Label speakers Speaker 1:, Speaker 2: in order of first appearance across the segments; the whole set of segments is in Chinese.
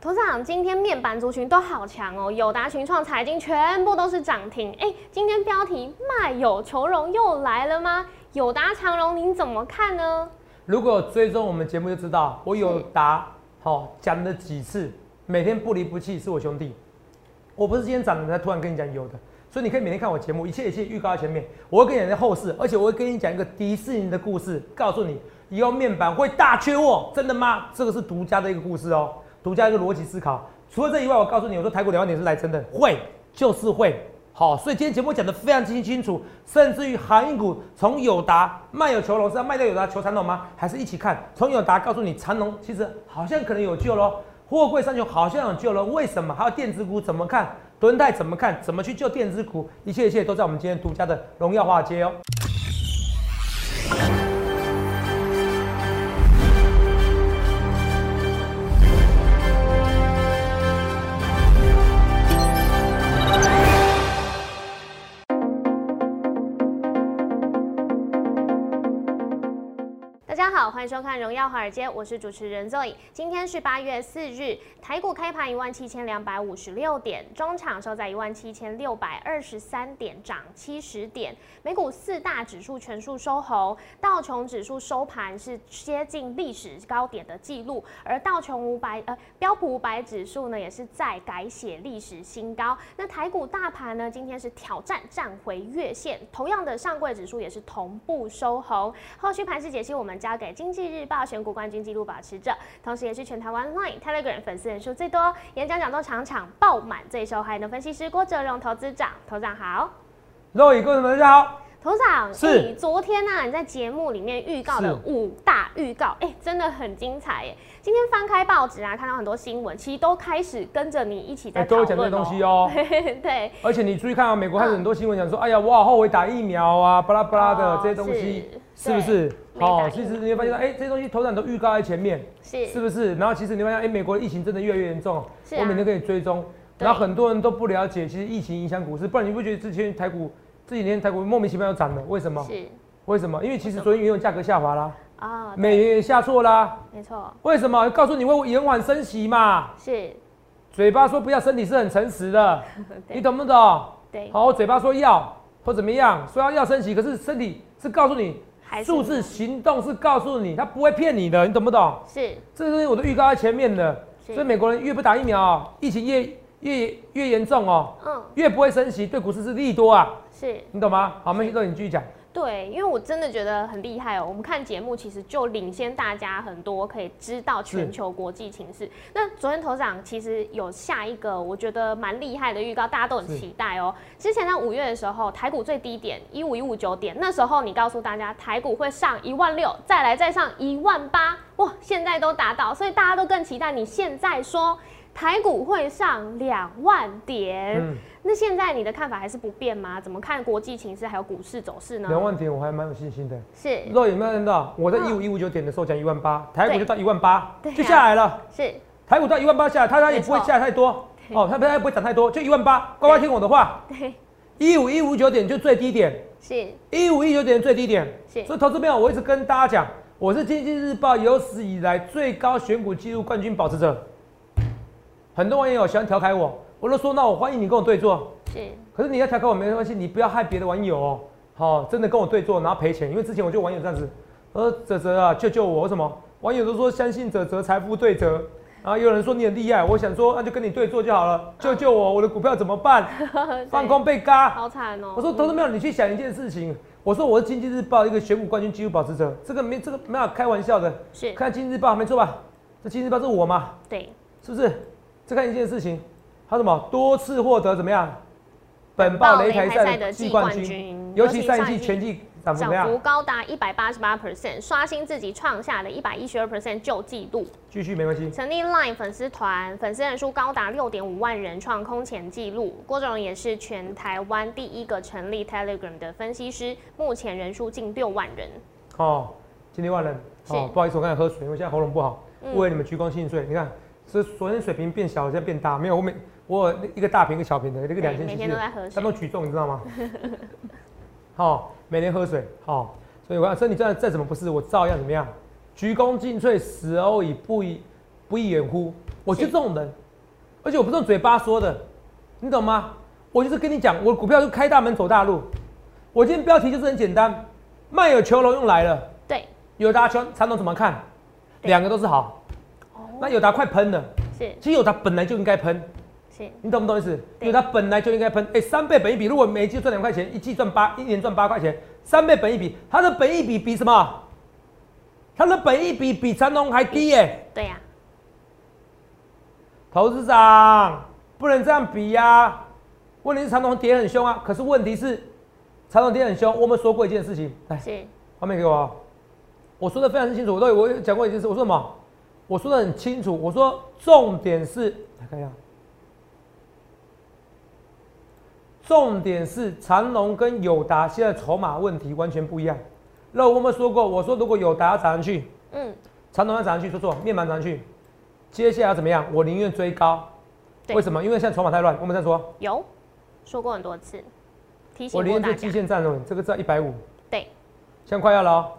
Speaker 1: 董事长，今天面板族群都好强哦，友达、群创、财经全部都是涨停。哎，今天标题卖友求荣又来了吗？友达、长荣您怎么看呢？
Speaker 2: 如果有追踪我们节目就知道，我有
Speaker 1: 是
Speaker 2: 答好讲了几次，每天不离不弃是我兄弟。我不是今天涨了才突然跟你讲有的，所以你可以每天看我节目，一切一切预告在前面，我会跟你讲后事，而且我会跟你讲一个迪士尼的故事，告诉你以后面板会大缺货，真的吗？这个是独家的一个故事哦，独家一个逻辑思考。除了这以外，我告诉你，我说台股两万点是来真的，会就是会。好，所以今天节目讲的非常清清楚，甚至于航运股从友达卖友求荣是要卖掉友达求长龙吗？还是一起看？从友达告诉你长龙其实好像可能有救喽。货柜三雄好像有救了，为什么？还有电子股怎么看？敦泰怎么看？怎么去救电子股？一切一切都在我们今天独家的荣耀华尔街哦。
Speaker 1: 大家好，欢迎收看《荣耀华尔街》，我是主持人 Zoe。今天是八月四日，台股开盘一万七千两百五十六点，中场收在一万七千六百二十三点，涨七十点。美股四大指数全数收红，道琼指数收盘是接近历史高点的记录，而道琼五百呃标普五百指数呢也是在改写历史新高。那台股大盘呢今天是挑战站回月线，同样的上柜指数也是同步收红。后续盘势解析，我们交给《经济日报》选股冠军纪录保持者，同时也是全台湾 Line、Telegram 粉丝人数最多、演讲讲座场场爆满、最受欢迎的分析师郭哲荣投资长。投资长好，
Speaker 2: 各位观众们，大家好。
Speaker 1: 投资长，
Speaker 2: 是
Speaker 1: 你昨天呢、你在节目里面预告的
Speaker 2: 是
Speaker 1: 五大预告，哎、真的很精彩耶！今天翻开报纸啊，看到很多新闻，其实都开始跟着你一起在
Speaker 2: 哎
Speaker 1: 讨
Speaker 2: 都有讲
Speaker 1: 论、
Speaker 2: 这些东西 哦
Speaker 1: 对，
Speaker 2: 而且你注意看啊，美国还有很多新闻讲说，哎呀，我好后悔打疫苗啊，巴拉巴拉的
Speaker 1: 哦
Speaker 2: 这些东西，
Speaker 1: 是
Speaker 2: 是不是？
Speaker 1: 没打疫
Speaker 2: 哦
Speaker 1: 苗，
Speaker 2: 其实你会发现到，哎，这些东西头长都预告在前面，
Speaker 1: 是
Speaker 2: 是不是？然后其实你会发现，哎，美国的疫情真的越来越严重，
Speaker 1: 是啊
Speaker 2: 我每天可以追踪。
Speaker 1: 对
Speaker 2: 然后很多人都不了解，其实疫情影响股市，不然你不觉得之前台股这几天台股莫名其妙涨了？为什么？
Speaker 1: 是
Speaker 2: 为什么？因为其实昨天原油价格下滑啦，
Speaker 1: 啊、对
Speaker 2: 美元也下挫啦。
Speaker 1: 没错，
Speaker 2: 为什么？告诉你会延缓升息嘛？
Speaker 1: 是，
Speaker 2: 嘴巴说不要，身体是很诚实的，你
Speaker 1: 对
Speaker 2: 懂不懂？好，
Speaker 1: 对，
Speaker 2: 我嘴巴说要，或怎么样，说要要升息，可是身体是告诉你
Speaker 1: 还，是
Speaker 2: 数字行动是告诉你，他不会骗你的，你懂不懂？
Speaker 1: 是
Speaker 2: 这个东西我都预告在前面的，
Speaker 1: 是
Speaker 2: 所以美国人越不打疫苗哦，疫情越越越严重哦，
Speaker 1: 嗯
Speaker 2: 越不会升息，对股市是利多啊，
Speaker 1: 是。
Speaker 2: 你懂吗？好，我们豆你继续讲。
Speaker 1: 对，因为我真的觉得很厉害哦。我们看节目其实就领先大家很多，可以知道全球国际情势。那昨天头长其实有下一个我觉得蛮厉害的预告，大家都很
Speaker 2: 是
Speaker 1: 期待哦。之前在五月的时候，台股最低点一五一五九点，那时候你告诉大家台股会上一万六，再来再上一万八，哇，现在都达到，所以大家都更期待你现在说。台股会上两万点，
Speaker 2: 嗯
Speaker 1: 那现在你的看法还是不变吗？怎么看国际情势还有股市走势呢？
Speaker 2: 两万点我还蛮有信心的。
Speaker 1: 是
Speaker 2: 肉有没有看到？我在一五
Speaker 1: 嗯
Speaker 2: 一五九点的时候讲一万八，台股
Speaker 1: 对
Speaker 2: 就到一万八
Speaker 1: 对，啊
Speaker 2: 就下来了。
Speaker 1: 是，
Speaker 2: 台股到一万八下来，它它也
Speaker 1: 没
Speaker 2: 不
Speaker 1: 错
Speaker 2: 会下太多，哦，它不它也不会涨太多，就一万八。乖乖听我的话，
Speaker 1: 对，
Speaker 2: 一五一五九点就最低点，
Speaker 1: 是
Speaker 2: 一五一九点最低点。
Speaker 1: 是
Speaker 2: 所以投资朋友，我一直跟大家讲，我是《经济日报》有史以来最高选股纪录冠军保持者。很多网友喜欢调侃我，我都说那我欢迎你跟我对坐，
Speaker 1: 是，
Speaker 2: 可是你要调侃我没关系，你不要害别的网友哦。好、真的跟我对坐，然后赔钱，因为之前我就网友这样子，呃，泽泽啊，救救我！为什么？网友都说相信泽泽，财富对折。然后有人说你很厉害，我想说啊那就跟你对坐就好了，救救我！我的股票怎么办？放空被嘎，
Speaker 1: 好惨哦。
Speaker 2: 我说，投资朋友，你去想一件事情。我说我是《经济日报》一个选股冠军纪录保持者，这个没这个没有开玩笑的。
Speaker 1: 是
Speaker 2: 看《经济日报》没错吧？这《经济日报》是我嘛，
Speaker 1: 对，
Speaker 2: 是不是？再看一件事情，他什么多次获得怎么样？本
Speaker 1: 报
Speaker 2: 报擂台
Speaker 1: 擂台赛
Speaker 2: 赛
Speaker 1: 的
Speaker 2: 的
Speaker 1: 季
Speaker 2: 季
Speaker 1: 冠
Speaker 2: 冠军
Speaker 1: 军，
Speaker 2: 尤
Speaker 1: 尤
Speaker 2: 其
Speaker 1: 其
Speaker 2: 上
Speaker 1: 上一
Speaker 2: 一季
Speaker 1: 季
Speaker 2: 全季涨幅怎么
Speaker 1: 涨幅
Speaker 2: 样？
Speaker 1: 高达一百八十八 percent，刷新自己创下的一百一十二 percent 旧纪录。
Speaker 2: 继续没关系。
Speaker 1: 成立 LINE 粉丝团，粉丝人数高达六点五万人，创空前纪录。郭总也是全台湾第一个成立 Telegram 的分析师，目前人数近六万人。
Speaker 2: 哦，今天万人哦，
Speaker 1: 是
Speaker 2: 不好意思，我刚才喝水，因为现在喉咙不好，
Speaker 1: 嗯
Speaker 2: 为了你们鞠躬尽瘁。你看，这昨天水瓶变小了，现在变大，没有我每我有一个大瓶一个小瓶的，那个两千
Speaker 1: 每
Speaker 2: cc，
Speaker 1: 天都在喝水
Speaker 2: 当做举重，你知道吗？ 好、每天喝水，好、所以我看身体再再怎么不适，我照样怎么样，鞠躬尽瘁，死而后已，不亦不亦远乎？我我就这种人，而且我不是用嘴巴说的，你懂吗？我就是跟你讲，我股票就开大门走大路。我今天标题就是很简单，卖有求荣用来了，
Speaker 1: 对，
Speaker 2: 友达全长总怎么看？
Speaker 1: 对
Speaker 2: 两个都是好，那
Speaker 1: 哦，
Speaker 2: 友达快喷了，
Speaker 1: 是
Speaker 2: 其实友达本来就应该喷，
Speaker 1: 是，
Speaker 2: 你懂不懂意思？
Speaker 1: 对
Speaker 2: 友达本来就应该喷，哎、三倍本一比，如果每一季赚两块钱，一季赚八，一年赚八块钱，三倍本一比，它的本一比比什么？它的本一比比长隆还低耶、
Speaker 1: 对啊呀、
Speaker 2: 投资长不能这样比呀、问题是长隆跌很凶啊，可是问题是长隆跌很凶，我们说过一件事情，来，
Speaker 1: 是
Speaker 2: 画面给我啊。我说的非常清楚，我都有我有讲过一件事，我说什么？我说的很清楚，我说重点是，来看一下，重点是长隆跟友达现在筹码问题完全不一样。那我们说过，我说如果友达要涨上去，
Speaker 1: 嗯，
Speaker 2: 长短要涨上去，说错，面板涨上去，接下来要怎么样？我宁愿追高。
Speaker 1: 对
Speaker 2: 为什么？因为现在筹码太乱。我们在说，
Speaker 1: 有说过很多次，提
Speaker 2: 我
Speaker 1: 醒
Speaker 2: 宁
Speaker 1: 过
Speaker 2: 愿追
Speaker 1: 大
Speaker 2: 基
Speaker 1: 家。
Speaker 2: 线站稳，这个在一百五，
Speaker 1: 对，
Speaker 2: 现在快要了哦。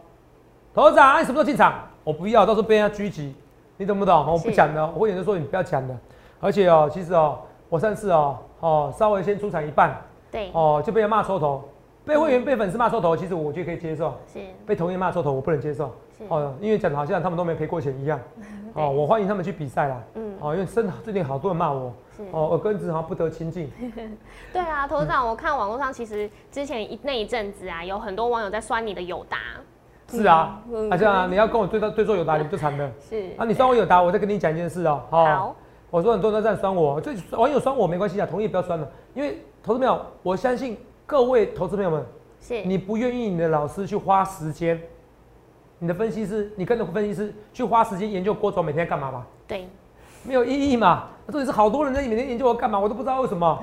Speaker 2: 头长，啊你什么时候进场？我不要，到时候被人家狙击，你懂不懂？我不
Speaker 1: 是
Speaker 2: 讲的，我会员就说你不要讲的。而且哦，其实哦，我上次哦哦稍微先出场一半
Speaker 1: 对，
Speaker 2: 哦，就被人骂收头，被会员被粉丝骂收头，其实我就可以接受。
Speaker 1: 是
Speaker 2: 被同业骂收头，我不能接受。
Speaker 1: 是，
Speaker 2: 哦，因为讲的好像他们都没赔过钱一样。哦，我欢迎他们去比赛啦。
Speaker 1: 嗯，
Speaker 2: 哦，因为真的最近好多人骂我，
Speaker 1: 是，
Speaker 2: 哦，耳根子好像不得清净。
Speaker 1: 对啊，头长，我看网络上其实之前一那一阵子啊，有很多网友在酸你的友达，
Speaker 2: 是啊，
Speaker 1: 嗯
Speaker 2: 啊这样啊，你要跟我对到对坐有答，你就惨了。
Speaker 1: 是
Speaker 2: 啊，你酸我有答，我再跟你讲一件事哦。好
Speaker 1: 好，
Speaker 2: 我说很多人都在酸我，这网友酸我没关系啊，同意不要酸了，因为投资朋友，我相信各位投资朋友们，
Speaker 1: 是
Speaker 2: 你不愿意你的老师去花时间，你的分析师，你跟着分析师去花时间研究郭总每天在干嘛吧？
Speaker 1: 对，
Speaker 2: 没有意义嘛。重点是好多人在每天研究我干嘛，我都不知道为什么，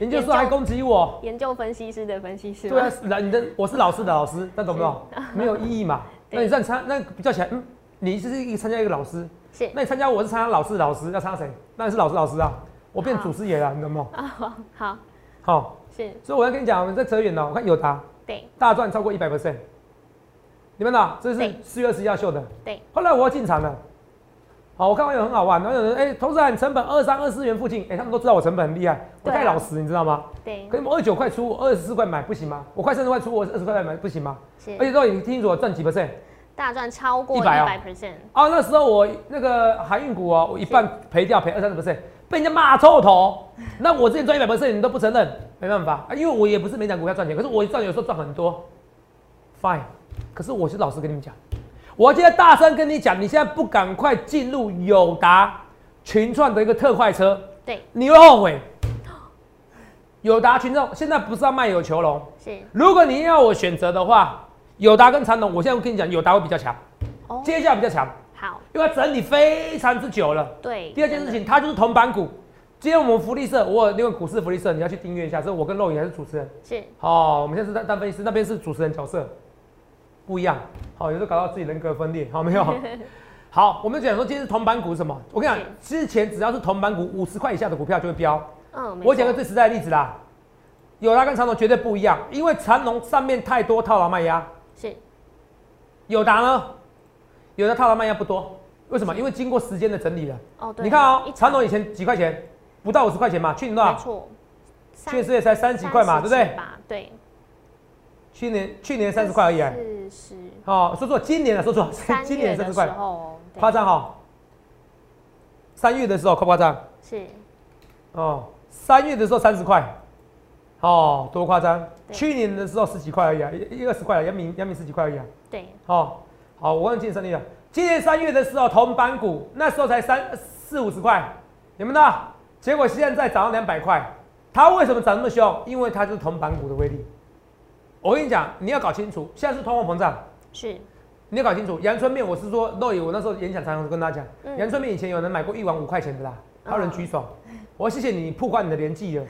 Speaker 2: 研究
Speaker 1: 研
Speaker 2: 室
Speaker 1: 究
Speaker 2: 还攻击我。
Speaker 1: 研究分析师的分析师
Speaker 2: 对
Speaker 1: 吗
Speaker 2: 啊，，是老你的我是老师的老师，那懂不懂？没有意义嘛？
Speaker 1: 嗯 对
Speaker 2: 那你这样参那比较起来，嗯，你是一个参加一个老师，
Speaker 1: 是
Speaker 2: 那你参加我是参加老师的老师，要参加谁？那你是老师老师啊，我变祖师爷了，你懂不懂？
Speaker 1: 啊，好，
Speaker 2: 好、
Speaker 1: 是
Speaker 2: 所以我要跟你讲，我们在扯远了。我看友达
Speaker 1: 对
Speaker 2: 大赚超过一百 percent，你们呢？这是
Speaker 1: 对
Speaker 2: 四月二十一号秀的，
Speaker 1: 对，
Speaker 2: 后来我要进场了。好，我看网友很好玩，网友人哎，投资人成本二三二四元附近，哎、他们都知道我成本很厉害，我
Speaker 1: 对啊
Speaker 2: 太老实，你知道吗？
Speaker 1: 对
Speaker 2: 可，是我二九块出，我二十四块买不行吗？我快三十块出，我二十块买不行吗？
Speaker 1: 是
Speaker 2: 而且都已经听清楚我赚几 percent
Speaker 1: 大赚超过一
Speaker 2: 100哦
Speaker 1: 百 percent，
Speaker 2: 啊！那时候我那个航运股哦，我一半赔掉，赔二三十 percent，被人家骂臭头。那我之前赚一百 percent，你都不承认，没办法啊，因为我也不是没讲股票赚钱，可是我赚有时候赚很多，fine。可是我是老实跟你们讲，我今天大声跟你讲，你现在不赶快进入友达群创的一个特快车，
Speaker 1: 对，
Speaker 2: 你会后悔。友达群众现在不是要卖有求龙，
Speaker 1: 是
Speaker 2: 如果你要我选择的话，友达跟长隆，我现在跟你讲，友达会比较强，
Speaker 1: 哦，
Speaker 2: 接下来比较强，
Speaker 1: 好，
Speaker 2: 因为它整理非常之久了。
Speaker 1: 对，
Speaker 2: 第二件事情，它就是同板股。今天我们福利社，我有那个股市福利社，你要去订阅一下。这我跟肉眼还是主持人。
Speaker 1: 是
Speaker 2: 好、我们现在是当当分析师，那边是主持人角色，不一样。好、有时候搞到自己人格分裂，好没有？好，我们讲说今天是同板股是什么？我跟你讲，之前只要是同板股五十块以下的股票就会飙。
Speaker 1: 嗯，没
Speaker 2: 我讲个
Speaker 1: 错
Speaker 2: 最实在的例子啦，友达跟长隆绝对不一样，因为长隆上面太多套牢卖压，
Speaker 1: 是
Speaker 2: 友达呢，友达套牢卖压不多，为什么？因为经过时间的整理了。
Speaker 1: 哦，对，
Speaker 2: 你看哦
Speaker 1: 一，
Speaker 2: 长隆以前几块钱，不到五十块钱嘛，去年多
Speaker 1: 没
Speaker 2: 少？
Speaker 1: 错，
Speaker 2: 去年也才三十几块嘛，对不对？？
Speaker 1: 对，
Speaker 2: 去年去年三十块而已、哎
Speaker 1: 四十，
Speaker 2: 哦，说错，今年了，说错，
Speaker 1: 三
Speaker 2: 今
Speaker 1: 月
Speaker 2: 年三
Speaker 1: 的
Speaker 2: 十
Speaker 1: 时
Speaker 2: 块，
Speaker 1: 候，对
Speaker 2: 夸张哈。三月的时候夸不夸张？
Speaker 1: 是
Speaker 2: 哦，三月的时候三十块，哦，多夸张！
Speaker 1: 对
Speaker 2: 去年的时候十几块而已啊，一一二十块了，阳明阳明十几块而已啊。
Speaker 1: 对，
Speaker 2: 哦，好，我忘记胜利了。今年三月的时候，同板股那时候才三四五十块，有没有？结果现在涨到两百块，它为什么涨那么凶？因为它就是同板股的威力。我跟你讲，你要搞清楚，现在是通货膨胀，
Speaker 1: 是
Speaker 2: 你要搞清楚。阳春面，我是说，肉眼，我那时候演讲常常跟大家
Speaker 1: 嗯
Speaker 2: 讲，阳、春面以前有人买过一碗五块钱的啦，还有人
Speaker 1: 哦
Speaker 2: 举手。我谢谢你曝光你的年纪了，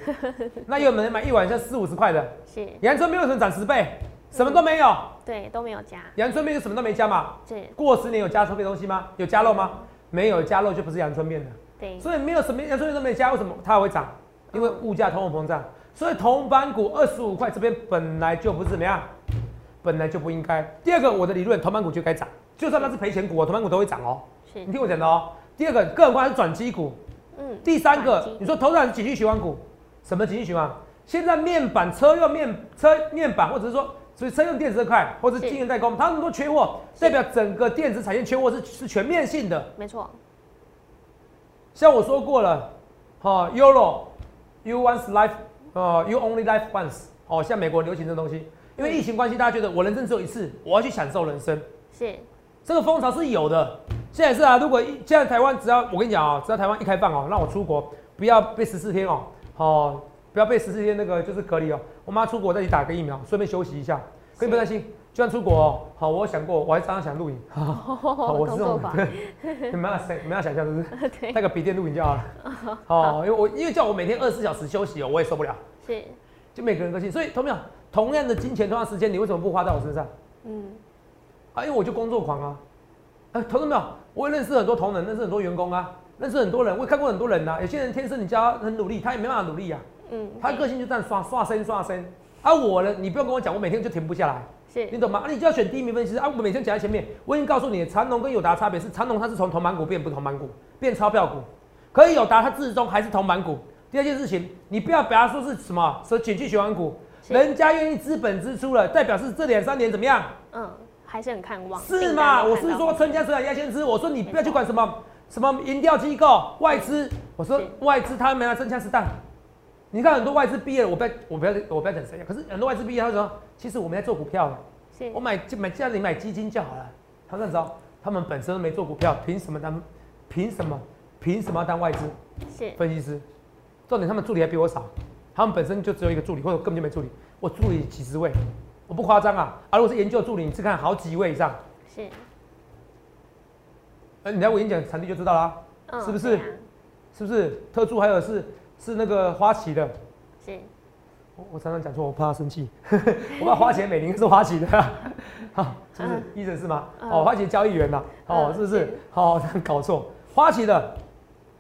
Speaker 2: 那有人买一碗像四五十块的，
Speaker 1: 是，
Speaker 2: 阳春面为什么涨十倍？什么都没有，
Speaker 1: 对，都没有加，
Speaker 2: 阳春面就什么都没加嘛，
Speaker 1: 是，
Speaker 2: 过十年有加特别东西吗？有加肉吗？没有加肉就不是阳春面了，
Speaker 1: 对，
Speaker 2: 所以没有什么阳春面都没加，为什么它还会涨？因为物价通货膨胀，所以铜板股二十五块这边本来就不是怎么样，本来就不应该。第二个，我的理论，铜板股就该涨，就算它是赔钱股哦，铜板股都会涨哦。
Speaker 1: 是
Speaker 2: 你听我讲的哦。第二个，个人化是转机股。
Speaker 1: 嗯，
Speaker 2: 第三
Speaker 1: 转
Speaker 2: 个
Speaker 1: 机，
Speaker 2: 你说投资是景气循环股，什么景气循环？现在面板、车用面车面板，或者是说，所以车用电子这块，或者是
Speaker 1: 是
Speaker 2: 晶圆代工，它们都缺货，
Speaker 1: 是
Speaker 2: 代表整个电子产业缺货是是全面性的。
Speaker 1: 没错，
Speaker 2: 像我说过了，哈、y o l o y o u once life，呃，you only life once，哦，像美国流行这东西，因为疫情关系，大家觉得我人生只有一次，我要去享受人生，
Speaker 1: 是
Speaker 2: 这个风潮是有的。现在也是啊，如果一现在台湾只要我跟你讲啊、只要台湾一开放哦，让我出国不要被十四天哦，哦，不要被十四天那个就是隔离哦，我妈出国再去打个疫苗，顺便休息一下，可以不
Speaker 1: 是
Speaker 2: 担心。就算出国哦，好，我有想过，我还常常想 露营， 好我是
Speaker 1: 工
Speaker 2: 这
Speaker 1: 作
Speaker 2: 种
Speaker 1: 法，
Speaker 2: 对，你们要想，你们要想象是不是？
Speaker 1: 对，
Speaker 2: 带个笔电录影就好了。 哦，因为我因为叫我每天二十四小时休息哦，我也受不了。
Speaker 1: 是，
Speaker 2: 就每个人个性，所以同样同样的金钱、同样的时间，你为什么不花在我身上
Speaker 1: 嗯，
Speaker 2: 啊？因为我就工作狂啊。哎，同志们，我也认识很多同仁，认识很多员工啊，认识很多人，我也看过很多人啊呐、有些人天生你叫他很努力，他也没办法努力呀、
Speaker 1: 嗯，
Speaker 2: 他个性就这样刷刷身刷身。啊，我呢，你不要跟我讲，我每天就停不下来。你
Speaker 1: 是
Speaker 2: 懂吗？啊，你就要选第一名分析师啊！我每天讲在前面，我已经告诉你，长隆跟友达差别是，长隆它是从铜板股变不同板股，变钞票股，可以友达它至终还是铜板股。第二件事情，你不要把它说是什么说景气循环股，
Speaker 1: 是
Speaker 2: 人家愿意资本支出了，代表是这两三年怎么样？
Speaker 1: 嗯，还是很看望，
Speaker 2: 是
Speaker 1: 订单
Speaker 2: 嘛？
Speaker 1: 都
Speaker 2: 我
Speaker 1: 看
Speaker 2: 是
Speaker 1: 到
Speaker 2: 说，春江水暖鸭先知，我说你不要去管什么什么银调机构、外资，我说
Speaker 1: 是
Speaker 2: 外资他们要真枪实弹。你看很多外资毕业了，我不要我不要我不要讲谁啊，可是很多外资毕业，他说其实我们在做股票了。
Speaker 1: 是
Speaker 2: 我买买家里买基金就好了。他那时候他们本身都没做股票，凭什么当？凭什么？凭什么要当外资
Speaker 1: 是
Speaker 2: 分析师？重点他们助理还比我少，他们本身就只有一个助理，或者根本就没助理。我助理几十位，我不夸张啊。而、如果是研究助理，你是看好几位以上。
Speaker 1: 是，
Speaker 2: 呃，你来我演讲场地就知道啦，
Speaker 1: 嗯，
Speaker 2: 是
Speaker 1: 对
Speaker 2: 不是
Speaker 1: 啊
Speaker 2: 是不是？特助还有是是那个花旗的，
Speaker 1: 是
Speaker 2: 我我常常讲说，我怕他生气， 我怕花钱美玲是花旗的、 好，是不是
Speaker 1: 嗯？
Speaker 2: 医生是吗？
Speaker 1: 嗯
Speaker 2: 哦，花旗交易员呐、哦，
Speaker 1: 嗯
Speaker 2: 是不是
Speaker 1: 是？
Speaker 2: 好、哦，搞错，花旗的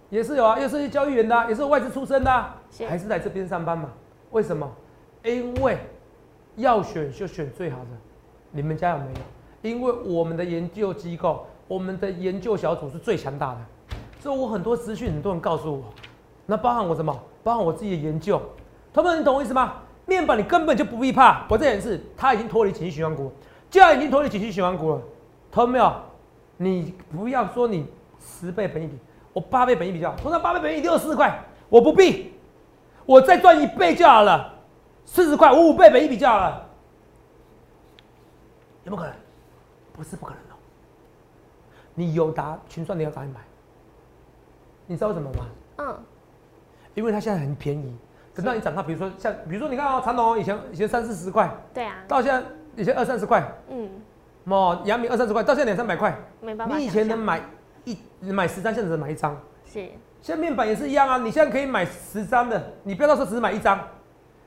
Speaker 2: 也是有啊，又是交易员的啊、也是外资出身的啊、
Speaker 1: 是
Speaker 2: 还是来这边上班嘛？为什么？因为要选就选最好的，你们家有没有？因为我们的研究机构，我们的研究小组是最强大的，所以我很多资讯很多人告诉我，那包含我什么？包含我自己的研究，同们你懂我意思吗？面板你根本就不必怕，我这也是，它已经脱离景气循环股，既然已经脱离景气循环股了，同没有？你不要说你十倍本益比，我八倍本益比就好，同样八倍本益比六十四块，我不必，我再赚一倍就好了，四十块，我五倍本益比就好了，有没有可能？不是不可能哦。你友达群创你要赶紧买，你知道为什么吗？
Speaker 1: 嗯，
Speaker 2: 因为它现在很便宜，等到你涨到，比如说像，比如说你看哦，长隆哦以前以前三四十块，
Speaker 1: 对啊，
Speaker 2: 到现在以前二三十块，
Speaker 1: 嗯，
Speaker 2: 哦，阳明二三十块，到现在两三百块，
Speaker 1: 没办法想象，
Speaker 2: 你以前能买一买十张，现在只能买一张。
Speaker 1: 是
Speaker 2: 现在面板也是一样啊，你现在可以买十张的，你不要到时候只买一张，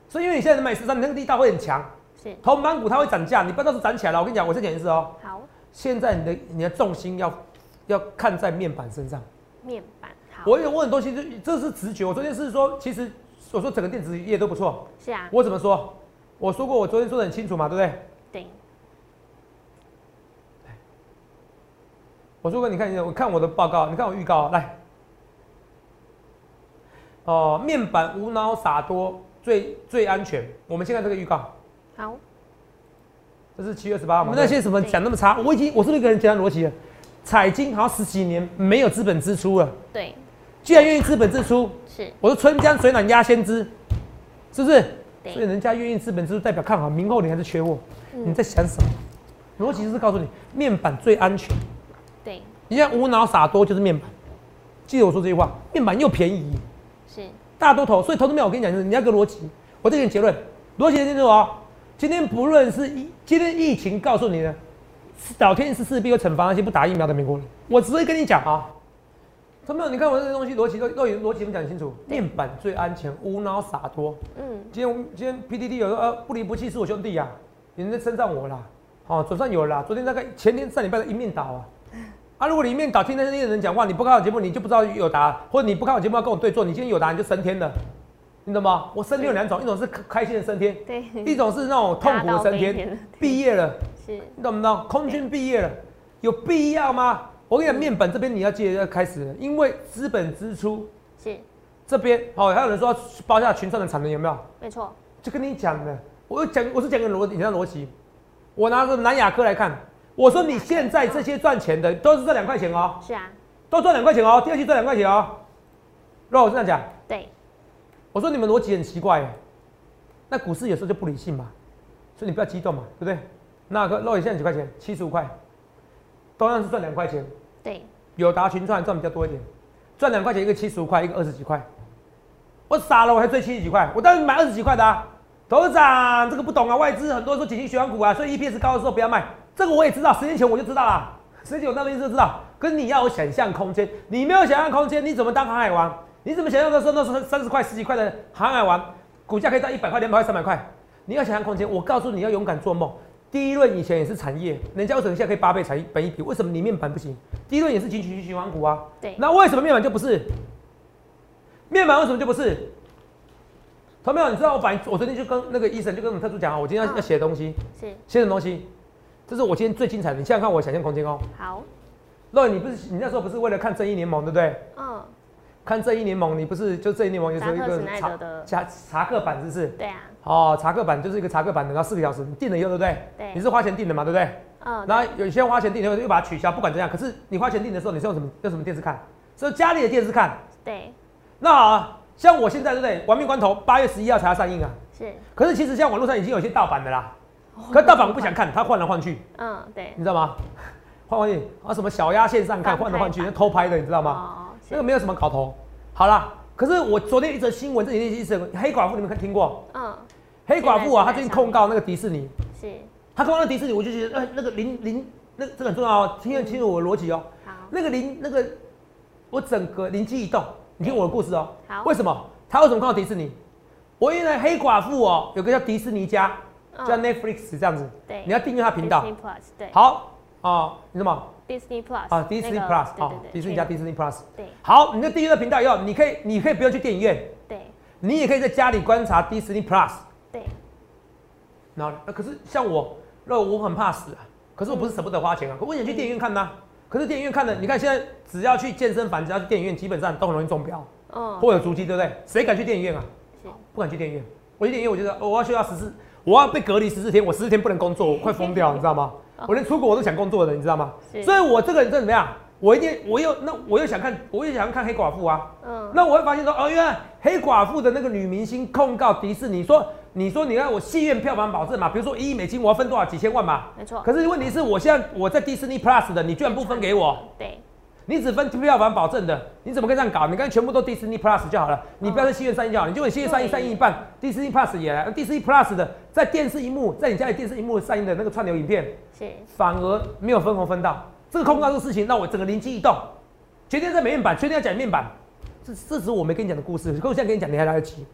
Speaker 2: 所以因为你现在能买十张，你那个力道会很强。
Speaker 1: 是
Speaker 2: 铜板股它会涨价，你不要到时候涨起来了。我跟你讲，我再讲一次哦，
Speaker 1: 好
Speaker 2: 现在你的你的重心要要看在面板身上。
Speaker 1: 面板好，
Speaker 2: 我有我很多其实这是直觉，我昨天是说，其实我说整个电子业都不错，
Speaker 1: 是啊，
Speaker 2: 我怎么说？我说过，我昨天说的很清楚嘛，对不对？
Speaker 1: 对，
Speaker 2: 我说过，你看，你看我看我的报告，你看我预告，啊来，哦、面板无脑撒多最最安全。我们先看这个预告，
Speaker 1: 好
Speaker 2: 这是七月十八号嘛。
Speaker 3: 我们
Speaker 2: 对
Speaker 3: 那
Speaker 2: 不对
Speaker 3: 些什么
Speaker 1: 对
Speaker 3: 讲那么差，
Speaker 2: 查，我已经我是不是跟人简单逻辑了？彩金好像十几年没有资本支出了，
Speaker 1: 对
Speaker 2: 既然愿意资本支出，
Speaker 1: 是，
Speaker 2: 我说春江水暖鸭先知，是不是？
Speaker 1: 对
Speaker 2: 所以人家愿意资本支出，代表看好明后年还是缺货。
Speaker 1: 嗯
Speaker 2: 你在想什么？逻辑就是告诉你，面板最安全。
Speaker 1: 对
Speaker 2: 你像无脑傻多就是面板，记得我说这句话，面板又便宜，
Speaker 1: 是
Speaker 2: 大多头，所以投资面我跟你讲，就是你要个逻辑，我再给你结论，逻辑很清楚哦。今天不论是疫，今天疫情告诉你的，是老天是势必会惩罚那些不打疫苗的美国人。我只会跟你讲啊，投资面你看我这些东西逻辑都都有逻辑，我们讲清楚，面板最安全，无脑傻多。
Speaker 1: 嗯
Speaker 2: 今天我们今天 PDD 有说呃不离不弃是我兄弟呀、你们在称赞我啦，好、哦，手上有了啦，昨天大概前天上礼拜的一面倒啊，啊，如果你一面倒听那些人讲话，你不看我节目你就不知道有答，或者你不看我节目要跟我对坐，你今天有答你就升天了，你懂吗？我升天有两种，一种是开开心的升天，
Speaker 1: 对
Speaker 2: 一种是那种痛苦的升
Speaker 1: 大到飞天
Speaker 2: 天，毕业了，
Speaker 1: 是
Speaker 2: 你懂不懂？空军毕业了，有必要吗？我跟你讲，面板这边你要记得要开始了，因为资本支出
Speaker 1: 是
Speaker 2: 这边，哦，还有人说要包下群创的产能有没有？
Speaker 1: 没错，
Speaker 2: 就跟你讲的，我讲我是讲个逻你像逻辑，我拿着南亚科来看，我说你现在这些赚钱的都是这两块钱哦，
Speaker 1: 是啊，
Speaker 2: 都赚两块钱哦，第二季赚两块钱哦。那我这样讲，
Speaker 1: 对，
Speaker 2: 我说你们逻辑很奇怪耶，那股市有时候就不理性嘛，所以你不要激动嘛，对不对？那个肉眼现在几块钱？七十五块，同样是赚两块钱，
Speaker 1: 对，
Speaker 2: 友达群创赚比较多一点，赚两块钱一个七十五块，一个二十几块。我傻了，我还追七十几块，我当然买二十几块的啊。董事长，这个不懂啊，外资很多人说景气循环股啊，所以 EPS 高的时候不要卖。这个我也知道，十年前我就知道啦，十年前我那边就知道。可是你要有想象空间，你没有想象空间，你怎么当航海王？你怎么想象的时候那时候三十块、十几块的航海王，股价可以到一百块、两百块、三百块？你要想象空间，我告诉你要勇敢做梦。第一轮以前也是产业，人家为什么现在可以八倍产本一比？为什么你面板不行？第一轮也是景气循环股啊，
Speaker 1: 对
Speaker 2: 那为什么面板就不是？面板为什么就不是？同没有？你知道我反我昨天就跟那个医生就跟我们特助讲啊，我今天要
Speaker 1: 嗯
Speaker 2: 要写东西，
Speaker 1: 是
Speaker 2: 写什么东西？这是我今天最精彩的，你想想看我想象空间哦。
Speaker 1: 好，
Speaker 2: 那你不是你那时候不是为了看正义联盟对不对？
Speaker 1: 嗯，
Speaker 2: 看正义联盟，你不是就正义联盟有时候一
Speaker 1: 扎克
Speaker 2: 个
Speaker 1: 史奈德
Speaker 2: 查
Speaker 1: 的
Speaker 2: 查查克版是不是？
Speaker 1: 对啊，
Speaker 2: 哦，查克版就是一个查克版的，然后四个小时你订了以后对不对？
Speaker 1: 对
Speaker 2: 你是花钱订的嘛对不对？
Speaker 1: 嗯，
Speaker 2: 然后有些人花钱订的时候又把它取消，不管怎样，可是你花钱订的时候你是用什么用什么电视看？是用家里的电视看。
Speaker 1: 对，
Speaker 2: 那、啊、像我现在对不对？亡命关头八月十一号才要上映啊。
Speaker 1: 是，
Speaker 2: 可是其实像网络上已经有一些盗版的啦，
Speaker 1: 哦
Speaker 2: 可盗版我不想看，他换来换去，
Speaker 1: 嗯，对
Speaker 2: 你，知道 吗？换来换去啊，什么小鸭线上看，换来换去，那偷拍的，你知道吗？
Speaker 1: 哦，
Speaker 2: 那个
Speaker 1: 是，
Speaker 2: 没有什么搞头。好啦，可是我昨天有一则新闻，这几天一则黑寡妇，你们看听过？
Speaker 1: 嗯，
Speaker 2: 黑寡妇啊，
Speaker 1: 现在
Speaker 2: 她最近控告那个迪士尼，
Speaker 1: 是，
Speaker 2: 她控告那个迪士尼，我就觉得，呃，那个林林，那这个很重要哦，听得清楚我的逻辑哦。
Speaker 1: 好，
Speaker 2: 那个灵那个，我整个灵机一动，你听我的故事哦、
Speaker 1: 好
Speaker 2: 为什么他为什么看到迪士尼？我原来黑寡妇哦、有个叫迪士尼家，
Speaker 1: 嗯
Speaker 2: 叫 Netflix 这样子，
Speaker 1: 对
Speaker 2: 你要订阅他频道。
Speaker 1: Disney Plus，对
Speaker 2: 好啊、你什么
Speaker 1: ，Disney Plus，
Speaker 2: 啊？Disney
Speaker 1: 那
Speaker 2: Plus
Speaker 1: 个对
Speaker 2: 啊、
Speaker 1: 对对，
Speaker 2: 迪士尼加
Speaker 1: 对
Speaker 2: Disney Plus。
Speaker 1: 对
Speaker 2: 好，你就订阅了频道以后，你可以你可以不用去电影院，
Speaker 1: 对
Speaker 2: 你也可以在家里观察 Disney Plus。
Speaker 1: 对，
Speaker 2: 然后、呃可是像我，那我很怕死啊。可是我不是舍不得花钱啊，可我想去电影院看呐、可是电影院看的，你看现在只要去健身房，只要去电影院，基本上都很容易中标。
Speaker 1: 嗯，
Speaker 2: 或有足迹，对不对？谁敢去电影院啊？
Speaker 1: 是，
Speaker 2: 不敢去电影院。我去电影院，我觉得哦我要休假十四，我要被隔离十四天，我十四天不能工作，我快疯掉，你知道吗？我连出国我都想工作的，你知道吗？
Speaker 1: 嗯是
Speaker 2: 所以我这个人真的怎么样？我一定，我又那我又想看，我又想看黑寡妇啊。
Speaker 1: 嗯，
Speaker 2: 那我会发现说，哦，原来黑寡妇的那个女明星控告迪士尼说，你说你让我戏院票房保证嘛，比如说一亿美金，我要分多少几千万嘛。
Speaker 1: 没错，
Speaker 2: 可是问题是我现在我在迪士尼 Plus 的，你居然不分给我。
Speaker 1: 对
Speaker 2: 你只分票房保证的，你怎么可以这样搞？你干脆全部都 Disney Plus 就好了，你不要在戏院上映就好了，你就你戏院上映
Speaker 1: 对
Speaker 2: 上映一半，Disney Plus 也来，Disney Plus 的在电视荧幕，在你家里电视荧幕上映的那个串流影片，
Speaker 1: 是，
Speaker 2: 反而没有分红分到，这个控告这个事情让我整个灵机一动，决定在美面板，决定要讲面板，这这只是我没跟你讲的故事，可是我现在跟你讲，你还来得及。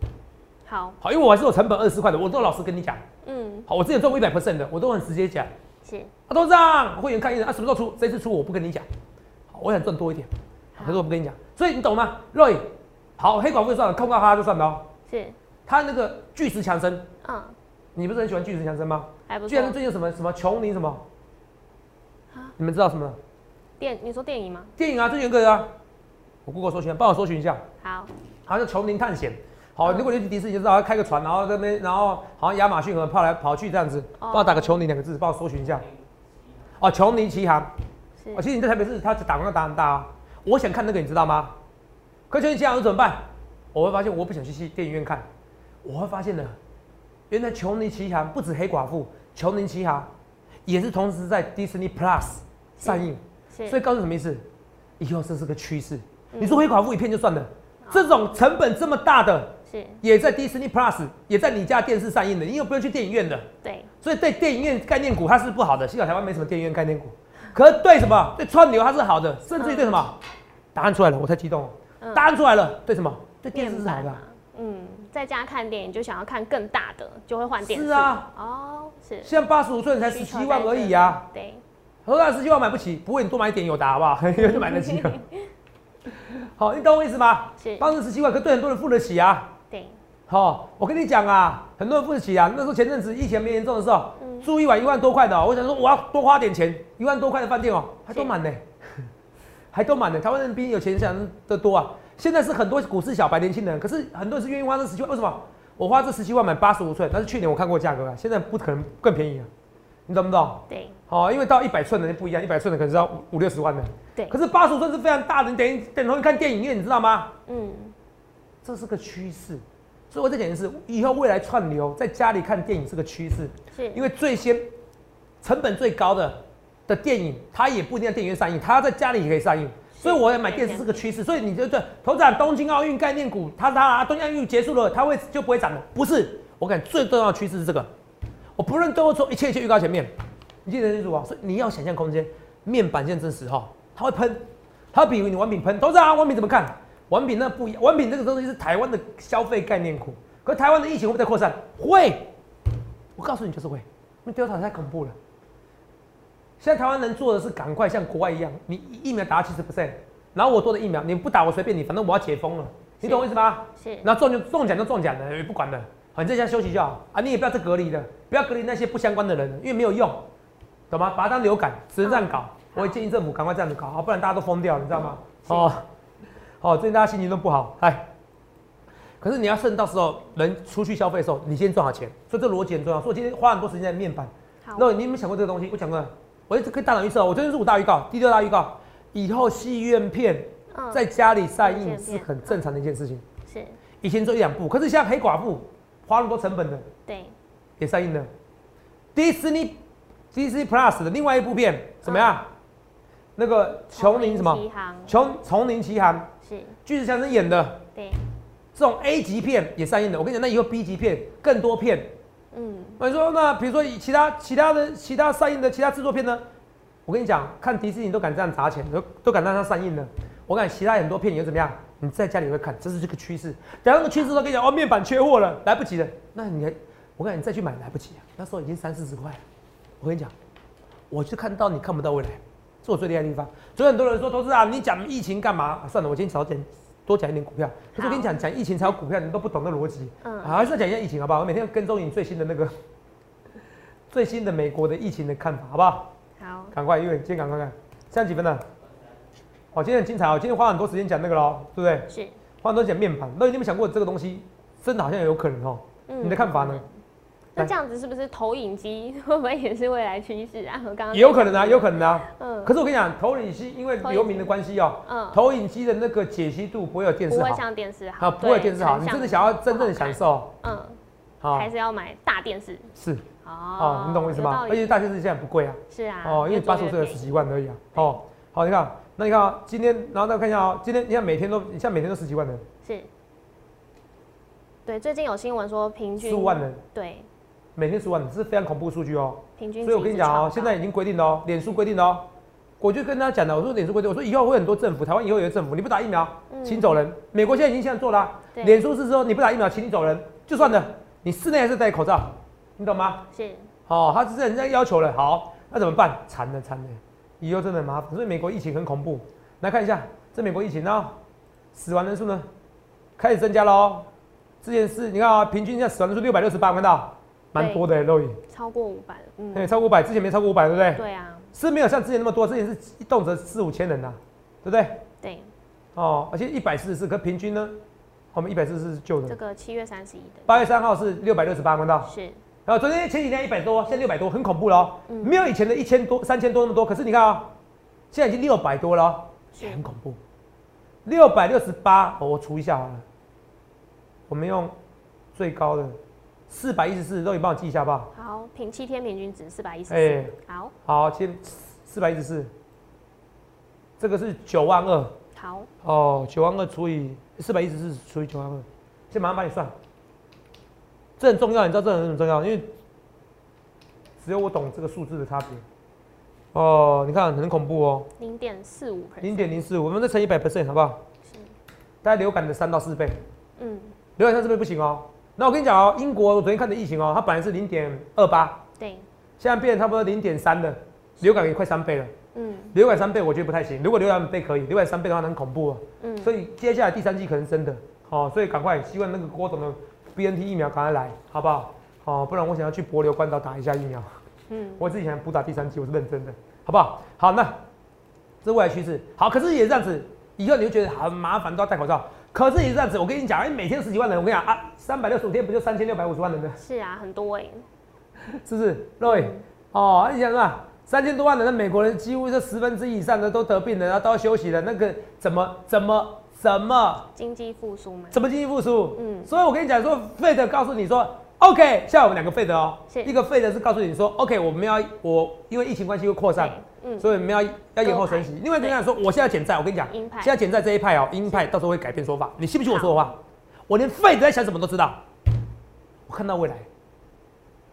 Speaker 1: 好，
Speaker 2: 好，因为我还是有成本二十块的，我都老实跟你讲。
Speaker 1: 嗯，
Speaker 2: 好，我之前做过一百 percent 的，我都很直接讲。
Speaker 1: 是，
Speaker 2: 啊，董事长，会员看一人，啊，什么时候出？这次出我不跟你讲，好我想赚多一点，
Speaker 1: 好
Speaker 2: 可是我不跟你讲，所以你懂吗？Roy，好，黑寡妇就算了，控告他就算了哦。
Speaker 1: 是，
Speaker 2: 他那个巨石强森，
Speaker 1: 嗯，
Speaker 2: 你不是很喜欢巨石强森吗？
Speaker 1: 还不
Speaker 2: 巨石强
Speaker 1: 错
Speaker 2: 森。最近有什么什么琼林什么
Speaker 1: 啊？
Speaker 2: 你们知道什么？
Speaker 1: 电，你说电影吗？
Speaker 2: 电影啊，最近有个人啊，我 Google 搜寻，帮我搜寻一下，
Speaker 1: 好，
Speaker 2: 好像叫《琼林探险》。好，
Speaker 1: 嗯
Speaker 2: 如果你去迪士尼就知道，他开个船，然后这边，然后好像亚马逊河跑来跑去这样子，
Speaker 1: 哦
Speaker 2: 帮我打个“琼林”两个字，帮我搜寻一下。哦，琼林奇航。
Speaker 1: 是
Speaker 2: 而，且你在台北市，他打广告打很大啊。我想看那个，你知道吗？可是你这样我怎么办？我会发现我不想去戏电影院看，我会发现呢，原来琼尼奇航不止黑寡妇，琼尼奇航也是同时在 Disney Plus 上映，
Speaker 1: 是，
Speaker 2: 所以告诉你什么意思？以后这是个趋势。
Speaker 1: 嗯啊
Speaker 2: 你说黑寡妇一片就算了，这种成本这么大的，
Speaker 1: 是，
Speaker 2: 也在 Disney Plus，也在你家电视上映的，你又不用去电影院的。
Speaker 1: 对，
Speaker 2: 所以对电影院概念股它是不好的，幸好台湾没什么电影院概念股。可是对什么？对串流它是好的，甚至于对什么？答案出来了，我太激动了。
Speaker 1: 嗯
Speaker 2: 答案出来了，对什么？对电视
Speaker 1: 面
Speaker 2: 是好
Speaker 1: 板
Speaker 2: 的
Speaker 1: 嘛
Speaker 2: 啊。，
Speaker 1: 嗯，在家看电影就想要看更大的，就会换电视。
Speaker 2: 是啊，
Speaker 1: 哦，是，
Speaker 2: 现在八十五寸才十
Speaker 1: 需求
Speaker 2: 七
Speaker 1: 在
Speaker 2: 万
Speaker 1: 这
Speaker 2: 而已啊，
Speaker 1: 里。对，
Speaker 2: 何大十七万买不起，不会你多买一点友达好不好？ 就买得起 了。好，你懂我意思吗？
Speaker 1: 是
Speaker 2: 当时十七万，可对很多人付得起啊。
Speaker 1: 对，
Speaker 2: 好、我跟你讲啊，很多人付得起啊。那时候前阵子疫情没严重的时候，
Speaker 1: 嗯
Speaker 2: 住一晚一万多块的哦、我想说我要多花点钱，一万多块的饭店哦，还都满呢。 还都满的。台湾人比有钱想的多啊。现在是很多股市小白年轻人，可是很多人是愿意花这十七万，为什么？我花这十七万买八十五寸，但是去年我看过价格啊，现在不可能更便宜啊，你懂不懂？
Speaker 1: 对
Speaker 2: 好、因为到一百寸的就不一样，一百寸的可能是要五五六十万的，
Speaker 1: 对，
Speaker 2: 可是八十寸是非常大的，你等于等同于看电影院，你知道吗？
Speaker 1: 嗯，
Speaker 2: 这是个趋势。所以我在讲的是，以后未来串流在家里看电影是个趋势，
Speaker 1: 是
Speaker 2: 因为最先成本最高的的电影，它也不一定在电影院上映，它在家里也可以上映。
Speaker 1: 是
Speaker 2: 所以我要买电视是个趋势，所以你就对头长东京奥运概念股，它它东京奥运结束了，它会就不会涨了？不是，我感觉最重要的趋势是这个。我不论最后说一切一切预告前面，你记得清楚啊，所以你要想象空间，面板现真实哈，它会喷，它比你王品喷。董事长，王品怎么看？王品那不一样，王品这个东西是台湾的消费概念股，可是台湾的疫情会不会再扩散？会，我告诉你就是会，那 Delta 太恐怖了。现在台湾能做的是赶快像国外一样，你疫苗打七十 percent，然后我多的疫苗你不打我随便你，反正我要解封了，你懂我意思吗？
Speaker 1: 是
Speaker 2: 然后中就中奖就中奖了，也不管了，好，你在家休息就好啊，你也不要再隔离了，不要隔离那些不相关的人，因为没有用，懂吗？把它当流感，只能这样搞。我也建议政府赶快这样子搞，好，不然大家都疯掉了，你知道吗？
Speaker 1: 嗯
Speaker 2: 哦，好，最近大家心情都不好，哎。可是你要趁到时候人出去消费的时候，你先赚好钱，所以这逻辑很重要。所以我今天花很多时间在面板。
Speaker 1: 好
Speaker 2: 那你有没有想过这个东西？我讲过了，我一直跟大胆预测，我昨天是五大预告，第六大预告，以后戏院片
Speaker 1: 嗯
Speaker 2: 在家里上
Speaker 1: 戏院
Speaker 2: 映
Speaker 1: 片
Speaker 2: 是很正常的一件事情。
Speaker 1: 是
Speaker 2: 以前做一两部，可是像黑寡妇花那么多成本的
Speaker 1: 对
Speaker 2: 也上映了。Disney Disney Plus 的另外一部片怎么样？那个琼林什
Speaker 1: 同
Speaker 2: 么？
Speaker 1: 银行
Speaker 2: 琼嗯丛林奇航，
Speaker 1: 是
Speaker 2: 巨石强森演的
Speaker 1: 对
Speaker 2: 这种 A 级片也上映了。我跟你讲，那以后 B 级片更多片。
Speaker 1: 嗯
Speaker 2: 我说那比如说以其他其他的其他上映的其他制作片呢？我跟你讲，看迪士尼都敢这样砸钱，都都敢让它上映了。我感觉其他很多片也怎么样？你在家里会看，这是这个趋势。等到那个趋势都跟你讲，哦，面板缺货了，来不及了。那你还，我感觉你再去买来不及啊，那时候已经三四十块了。我跟你讲，我就看到你看不到未来，是我最厉害的地方。所以很多人说，投资啊，你讲疫情干嘛、啊算了，我今天少点多讲一点股票。可是我跟你讲，讲疫情才有股票，你都不懂的逻辑。
Speaker 1: 嗯
Speaker 2: 啊，还是要讲一下疫情好不好？我每天跟踪你最新的那个最新的美国的疫情的看法，好不好？
Speaker 1: 好
Speaker 2: 赶快，因为今天赶快看，现在几分了？哦，今天很精彩哦，今天花很多时间讲那个喽，对不对？
Speaker 1: 是
Speaker 2: 花很多时间讲面盘，那你有没有想过这个东西真的好像有可能哦？
Speaker 1: 嗯
Speaker 2: 你的看法呢？
Speaker 1: 那
Speaker 2: 来
Speaker 1: 这样子是不是投影机会不会也是未来趋势啊？我刚刚
Speaker 2: 也有可能啊，也有可能啊。
Speaker 1: 嗯
Speaker 2: 可是我跟你讲，投影机因为流明的关系哦，
Speaker 1: 嗯
Speaker 2: 投影机的那个解析度不会有电
Speaker 1: 不
Speaker 2: 视
Speaker 1: 会
Speaker 2: 好，
Speaker 1: 像电视好
Speaker 2: 啊，不会有
Speaker 1: 对
Speaker 2: 电视好，
Speaker 1: 成
Speaker 2: 你真的
Speaker 1: 像
Speaker 2: 想要真正的享受，
Speaker 1: 嗯
Speaker 2: 好
Speaker 1: 还是要买大电视
Speaker 2: 是
Speaker 1: 哦
Speaker 2: 哦，你懂我意思
Speaker 1: 有
Speaker 2: 吗
Speaker 1: 道？理
Speaker 2: 而且大电视现在不贵啊。
Speaker 1: 是啊
Speaker 2: 哦，因为八十五岁有十几万而已啊。哦，好，你看，那你看啊，今天，然后再看一下啊，今天你看每天都，你像每天都十几万人，
Speaker 1: 是，对，最近有新闻说平均
Speaker 2: 十五万人，
Speaker 1: 对
Speaker 2: 每天十五万人，这是非常恐怖的数据哦。
Speaker 1: 平均值一直超高，
Speaker 2: 所以我跟你讲哦，现在已经规定了哦，脸书规定了哦，我就跟他讲了，我说脸书规定，我说以后会很多政府，台湾以后有政府，你不打疫苗，
Speaker 1: 嗯
Speaker 2: 请走人。美国现在已经这样做了啊、
Speaker 1: 对
Speaker 2: 脸书是说你不打疫苗，请你走人，就算了，你室内还是戴口罩，你懂吗？
Speaker 1: 是
Speaker 2: 哦，他是人家要求了，好，那怎么办？惨了惨了，以后真的很麻烦。所以美国疫情很恐怖，来看一下这美国疫情呢，死亡人数呢开始增加喽。之前是你看啊，平均现在死亡人数六百六十八，看到蛮多的欸肉眼，
Speaker 1: 超过五百，
Speaker 2: 对，
Speaker 1: 嗯，
Speaker 2: 超过五百，之前没超过五百，对不对？
Speaker 1: 对啊，
Speaker 2: 是没有像之前那么多，之前是一动辄四五千人呐、对不对？
Speaker 1: 对，
Speaker 2: 哦，而且一百四十四，可平均呢，我们一百四十四是旧
Speaker 1: 这
Speaker 2: 的，
Speaker 1: 个七月三十一的
Speaker 2: 八月三号是六百六十八，看到。
Speaker 1: 是，
Speaker 2: 然后昨天前几天一百多，现在六百多，很恐怖了、哦
Speaker 1: 嗯
Speaker 2: 没有以前的一千多、三千多那么多，可是你看啊、现在已经六百多了、哦，
Speaker 1: 是
Speaker 2: 也很恐怖。六百六十八，我除一下好了，我们用最高的四百一十四，都你帮我记一下好不好？
Speaker 1: 好，平七天平均值四百一十
Speaker 2: 哎
Speaker 1: 四，好
Speaker 2: 好，先四百一十四，这个是九万二
Speaker 1: 好
Speaker 2: 哦，九万二除以四百一十四除以九万二，先马上帮你算。这很重要，你知道这很重要，因为只有我懂这个数字的差别。哦，你看很恐怖哦，
Speaker 1: 零点四五
Speaker 2: 零点零四，我们再乘一百 percent 好不好？
Speaker 1: 是，
Speaker 2: 大概流感的三到四倍，
Speaker 1: 嗯，
Speaker 2: 流感三四倍不行哦。那我跟你讲哦，英国我昨天看的疫情哦，它本来是零点二八，
Speaker 1: 对，
Speaker 2: 现在变成差不多零点三了，流感也快三倍了。
Speaker 1: 嗯
Speaker 2: 流感三倍我觉得不太行，如果流感倍可以，流感三倍的话很恐怖哦。
Speaker 1: 嗯，
Speaker 2: 所以接下来第三季可能真的，哦，所以赶快，希望那个郭董的 B N T 疫苗赶快来，好不好？哦，不然我想要去柏流关岛打一下疫苗，
Speaker 1: 嗯
Speaker 2: 我自己想补打第三季，我是认真的，好不好？好，那这是未来趋势。好，可是也这样子，以后你就觉得很麻烦，都要戴口罩。可是也这样子，我跟你讲，哎，每天十几万人，我跟你讲啊，三百六十五天不就三千六百五十万人吗？
Speaker 1: 是啊，很多哎、
Speaker 2: 是不是？各位，哦，你想啊，三千多万人，那美国人几乎这十分之一以上的都得病了，然后都要休息了，那个怎么怎么怎么
Speaker 1: 经济复苏嘛。
Speaker 2: 怎么经济复苏？
Speaker 1: 嗯
Speaker 2: 嗯，所以我跟你讲说，费德告诉你说，OK，下午我们两个费德哦
Speaker 1: 是，
Speaker 2: 一个费德是告诉你说，OK，我们要我因为疫情关系会扩散
Speaker 1: 对，，嗯，
Speaker 2: 所以我们要要延后升息
Speaker 1: 鸽派。
Speaker 2: 另外一个人说，我现在减债，我跟你讲
Speaker 1: 鹰派，
Speaker 2: 现在减债这一派哦，鹰派到时候会改变说法，你信不信我说的话？我连费德在想什么都知道，我看到未来。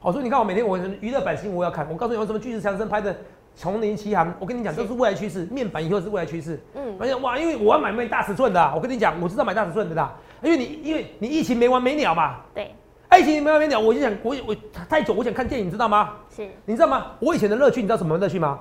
Speaker 2: 好，所以你看我每天我娱乐版新闻我要看，我告诉你有什么巨石强森拍的《丛林奇航》，我跟你讲，
Speaker 1: 是
Speaker 2: 这是未来趋势，面板以后是未来趋势。
Speaker 1: 嗯
Speaker 2: 而且哇，因为我要买卖大尺寸的啊、我跟你讲，我知道买大尺寸的啦，因为你因为你疫情没完没了嘛，
Speaker 1: 对，
Speaker 2: 哎疫情没完没了，我就想我我太久，我想看电影，你知道吗？
Speaker 1: 是
Speaker 2: 你知道吗？我以前的乐趣，你知道什么乐趣吗？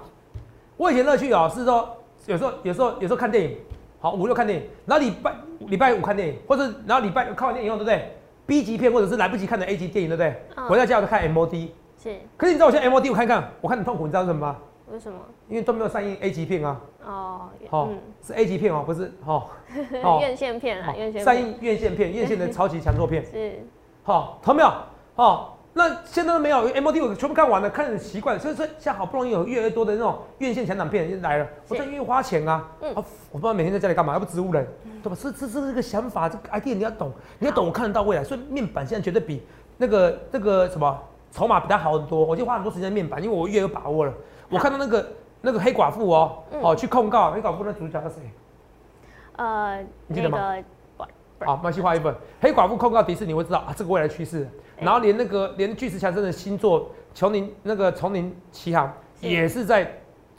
Speaker 2: 我以前乐趣哦、是说有时候有时候有时候看电影，好五六看电影，然后礼拜礼拜五看电影，或者然后礼拜看完电影以后，对不对？B 级片或者是来不及看的 A 级电影，对不对？
Speaker 1: 嗯
Speaker 2: 回到家我就看 MOD，
Speaker 1: 是，
Speaker 2: 可是你知道我现在 MOD 我看一看，我看很痛苦，你知道是什么吗？
Speaker 1: 为什么？
Speaker 2: 因为都没有上映 A 级片啊，
Speaker 1: 哦，
Speaker 2: 哦，是 A 级片哦、不是哦，
Speaker 1: 嗯，
Speaker 2: 哦
Speaker 1: 院线片啊，院
Speaker 2: 哦
Speaker 1: 线
Speaker 2: 上
Speaker 1: 片
Speaker 2: 映院线片，院线的超级强作片，
Speaker 1: 是，
Speaker 2: 好，同没有？哦，那现在都没有 MOD，我全部看完了，看得很习惯，所以说现在好不容易有越来越多的那种院线强档片就来了，我
Speaker 1: 是
Speaker 2: 真愿意花钱啊。
Speaker 1: 嗯
Speaker 2: 嗯，我不知道每天在家里干嘛，要不植物人，对吧？这这这是个想法，这个 idea 你要懂，你要懂，我看得到未来，所以面板现在绝对比那个那个什么筹码比它好很多，我就花很多时间在面板，因为我越有把握了。我看到那个那个黑寡妇哦，
Speaker 1: 嗯
Speaker 2: 哦去控告黑寡妇那主角是谁？
Speaker 1: 呃，
Speaker 2: 你记
Speaker 1: 那
Speaker 2: 得吗
Speaker 1: 个不然
Speaker 2: 好，慢去画一本《黑寡妇》控告迪士尼，会知道啊，这个未来趋势。然后连那个连巨石强森的新作《丛林》那个《丛林奇航》
Speaker 1: 是
Speaker 2: 也是在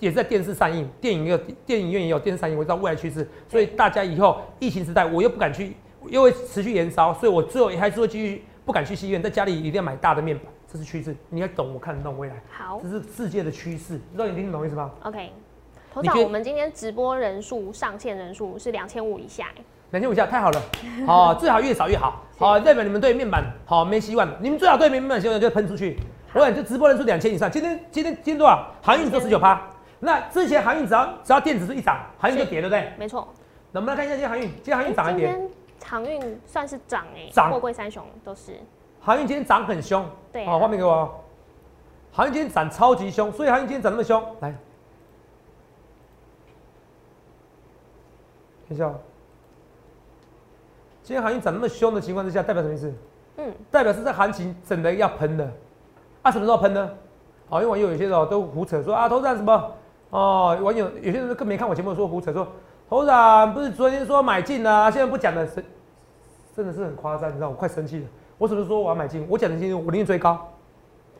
Speaker 2: 也是在电视上映，电影也有电影院也有电视上映，我知道未来趋势。所以大家以后疫情时代，我又不敢去，又会持续延烧，所以我最后还是会继续不敢去戏院，在家里一定要买大的面板，这是趋势。你要懂，我看得懂未来，
Speaker 1: 好
Speaker 2: 这是世界的趋势。不知道你听得懂意思吗？
Speaker 1: ，OK。头
Speaker 2: 你
Speaker 1: 长，
Speaker 2: 觉得
Speaker 1: 我们今天直播人数上限人数是两千五以下欸，
Speaker 2: 两千五以下 太好了，哦，最好越少越好，好、代表你们对面板好没希望，你们最好对面板希望就喷出去。我想就直播人数两千以上，今天今天今天多少？航运做十九趴，那之前航运只要只要电子是一涨，航运就是跌，对不对？
Speaker 1: 没错。
Speaker 2: 能不能看一下今天航运？今天航运
Speaker 1: 诶
Speaker 2: 涨还
Speaker 1: 哎今
Speaker 2: 跌？
Speaker 1: 天航运算是涨哎，
Speaker 2: 涨
Speaker 1: 货柜三雄都是
Speaker 2: 航运今天涨很凶，
Speaker 1: 对啊
Speaker 2: 好、画面给我哦。航运今天涨超级凶，所以航运今天涨那么凶，来，等一下哦，今天航运涨那么凶的情况之下，代表什么意思？
Speaker 1: 嗯，
Speaker 2: 代表是这行情整的要喷的。啊，什么时候喷呢？好、因为网友有些人哦都胡扯说啊，头长什么？哦，网友有些人更没看我节目说胡扯说，头长不是昨天说买进啊，现在不讲了，是真的是很夸张，你知道我快生气了。我什么时候说我要买进？我讲的清楚，我宁愿追高，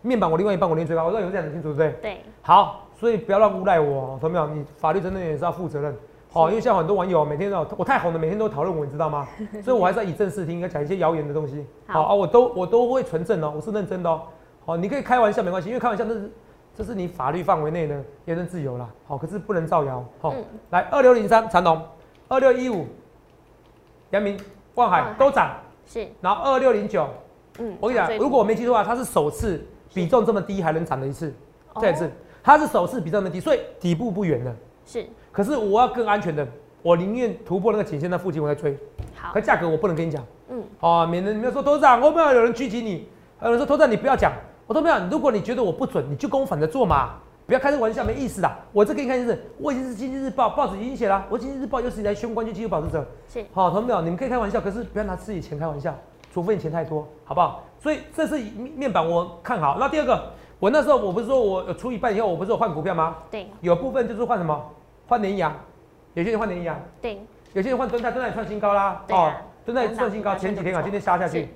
Speaker 2: 面板我另外一半我宁愿追高，我让你们讲得清楚，对不对？
Speaker 1: 对，
Speaker 2: 好，所以不要乱诬赖我，哦，同没有？你法律责任也是要负责任。好、因为像很多网友每天都我太红了，每天都讨论我，你 知道吗？所以我还是要以正视听，应该讲一些谣言的东西。
Speaker 1: 好
Speaker 2: 好啊，我都我都会纯正哦，我是认真的哦。好，你可以开玩笑没关系，因为开玩笑这是这是你法律范围内的言论自由啦。好，可是不能造谣。好，
Speaker 1: 嗯
Speaker 2: 来二六零三长隆，二六一五，阳明、万
Speaker 1: 万
Speaker 2: 海
Speaker 1: 海
Speaker 2: 都涨，
Speaker 1: 是，
Speaker 2: 然后二六零九，
Speaker 1: 嗯，
Speaker 2: 我跟你讲
Speaker 1: 涨最，多
Speaker 2: 如果我没记错的话，它是首次比重这么低还能涨的一次，
Speaker 1: 哦
Speaker 2: 再一次，它是首次比重这么低，所以底部不远了。
Speaker 1: 是
Speaker 2: 可是我要更安全的，我宁愿突破那个颈线那附近我再追，
Speaker 1: 好
Speaker 2: 可，价格我不能跟你讲
Speaker 1: 嗯，
Speaker 2: 哦，免得你们说头长，后面有人狙击你，还有人说头长你不要讲，我都没有。如果你觉得我不准，你就跟我反着做嘛，不要开这个玩笑，没意思的。我这给你看就是，我已经是经济日报报纸已经写了，我经济日报有史以来胸关键技术保持者，
Speaker 1: 是
Speaker 2: 好，同志们，你们可以开玩笑，可是不要拿自己钱开玩笑，除非你钱太多，好不好？所以这是面面板我看好。那第二个，我那时候我不是说我有出一半以后，我不是有换股票吗？
Speaker 1: 对
Speaker 2: 有部分就是换什么？换联阳，有些人换联阳，
Speaker 1: 对，
Speaker 2: 有些人换蹲泰，蹲泰也创新高啦，
Speaker 1: 对啊
Speaker 2: 蹲泰也创新高，
Speaker 1: 蹲泰
Speaker 2: 前几天啊，
Speaker 1: 真的不错
Speaker 2: 今天杀下
Speaker 1: 是
Speaker 2: 去。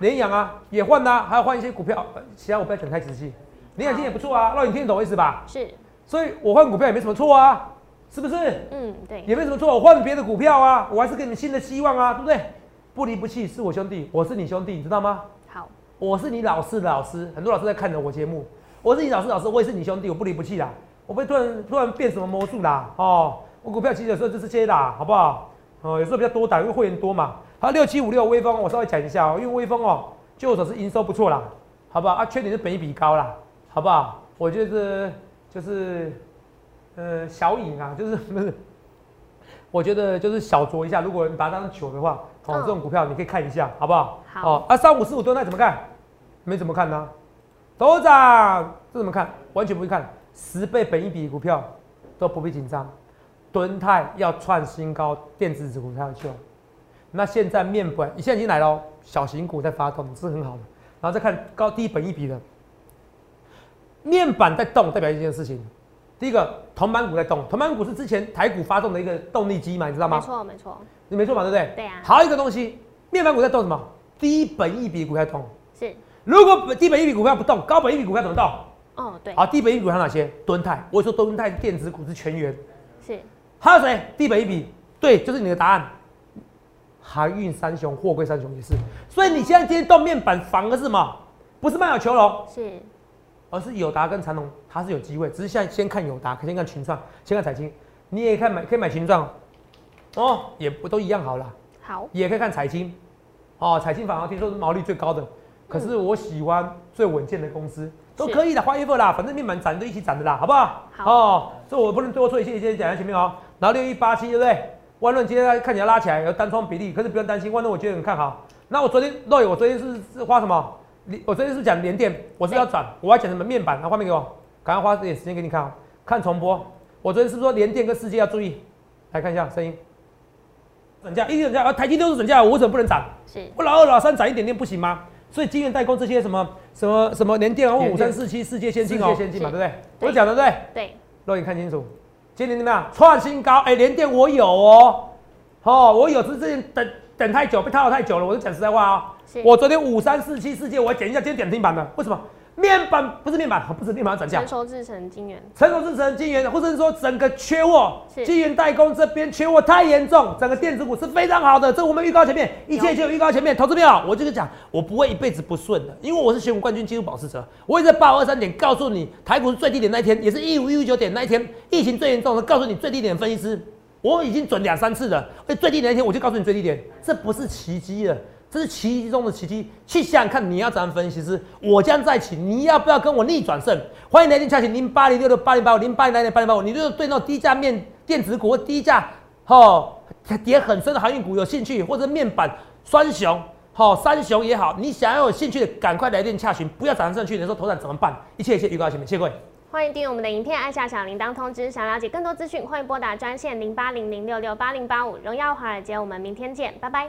Speaker 2: 联阳啊也换啦、还有换一些股票，呃其他我不要讲太仔细。联阳今天也不错啊，让你听得懂意思吧？
Speaker 1: 是，
Speaker 2: 所以我换股票也没什么错啊，是不是？
Speaker 1: 嗯，对，
Speaker 2: 也没什么错，我换别的股票啊，我还是给你们新的希望啊，对不对？不离不弃是我兄弟，我是你兄弟，你知道吗？
Speaker 1: 好，
Speaker 2: 我是你老师的老师，很多老师在看着我节目，我是你老师的老师，我也是你兄弟，我不离不弃啦，我不会突然突然变什么魔术啦，哦，我股票其实有时候就是接啦，好不好？哦，有时候比较多打，因为会员多嘛。还有六七五六微风，我稍微讲一下哦，因为微风哦，据我所知营收不错啦，好不好？啊，缺点是本益比高啦，好不好？我觉得就是呃小饮啊，就是不是？我觉得就是小酌一下，如果你把它当成酒的话，哦，
Speaker 1: 嗯
Speaker 2: 这种股票你可以看一下，好不好？
Speaker 1: 好
Speaker 2: 哦，啊，上五十五吨那怎么看？没怎么看呢、董事长，这怎么看？完全不会看，十倍本一比股票都不必紧张。敦泰要创新高，电子指股才有救。那现在面板现在已经来了哦，小型股在发动，这是很好的。然后再看高低本一比的，面板在动，代表一件事情。第一个，铜板股在动，铜板股是之前台股发动的一个动力机嘛，你知道
Speaker 1: 没
Speaker 2: 吗？
Speaker 1: 错没错，
Speaker 2: 你没错嘛，对不对？
Speaker 1: 对啊
Speaker 2: 还有一个东西，面板股在动什么？低本一比股在动。
Speaker 1: 是，
Speaker 2: 如果低本一比股票不动，高本一比股票怎么动？
Speaker 1: 哦对，
Speaker 2: 好，低本一比股还有哪些？敦泰，我说敦泰电子股是全员，
Speaker 1: 是，
Speaker 2: 还有谁？低本一比，对，就是你的答案。航运三雄、货柜三雄也是，所以你现在今天动面板反而是什么？不是卖小求龙，
Speaker 1: 是，
Speaker 2: 而是友达跟长隆，它是有机会。只是现在先看友达，先看群创，先看彩金，你也看买可以买群创，哦，也不都一样好了，
Speaker 1: 好，
Speaker 2: 也可以看彩金，哦，彩金反而听说是毛利最高的，可是我喜欢最稳健的公司，
Speaker 1: 嗯
Speaker 2: 都可以的，花一份啦，反正面板涨就一起涨的啦，好不好？
Speaker 1: 好
Speaker 2: 哦，所以我不能多说一些，一些讲在前面哦。然后六一八七对不对？万润今天看起来拉起来，有单双比例，可是不用担心，万润我觉得很看好。那我昨天肉眼，我昨天是是花什么？你我昨天是讲连电，我是要转，我要讲什么面板？拿画面给我，赶快花点时间给你看哦，看重播。我昨天是不是说连电跟世界要注意，来看一下声音。准价，一定准价，啊台积电都是准价，我为什么不能涨？
Speaker 1: 是，
Speaker 2: 我老二老三涨一点点不行吗？所以晶圆代工这些什么什么什么联电啊，
Speaker 3: 联
Speaker 2: 五
Speaker 3: 电
Speaker 2: 三四七世界先进哦，
Speaker 3: 世界先
Speaker 1: 进嘛
Speaker 2: 嘛，对不对？
Speaker 1: 对
Speaker 2: 我讲的对不对，
Speaker 1: 对，
Speaker 2: 肉眼看清楚，今年怎么样？创新高，哎、联电我有哦，哦，我有，只是之前等等太久，被套了太久了，我就讲实在话啊、
Speaker 1: 是
Speaker 2: 我昨天五三四七世界，我点一下，今天点停板了，为什么？面板不是面板，哦不是面板涨价
Speaker 1: 成，熟制成晶圆，
Speaker 2: 成熟制成晶圆，或者是说整个缺货
Speaker 1: 是，
Speaker 2: 晶圆代工这边缺货太严重，整个电子股是非常好的，这我们预告前面，一切就有预告前面，投资票我就是讲，我不会一辈子不顺的，因为我是选股冠军纪录保持者，我也在八五二三点告诉你，台股是最低点那一天，也是一五一五九点那一天，疫情最严重的，告诉你最低点的分析师，我已经准两三次了，而最低点那天我就告诉你最低点，这不是奇迹了。这是奇迹中的奇迹，去想想看，你要怎样分析师？我将再起，你要不要跟我逆转胜？欢迎来电洽询零八零六六八零八五零八零来零八零八五。你如果对那种低价面电子股、低价哦跌很深的航运股有兴趣，或者面板双雄、好、三雄也好，你想要有兴趣的，赶快来电洽询，不要早上上去，你说头涨怎么办？一切一切预告前面，谢谢各位。
Speaker 1: 欢迎订阅我们的影片，按下小铃铛通知。想了解更多资讯，欢迎拨打专线零八零零六六八零八五。荣耀华尔街，我们明天见，拜拜。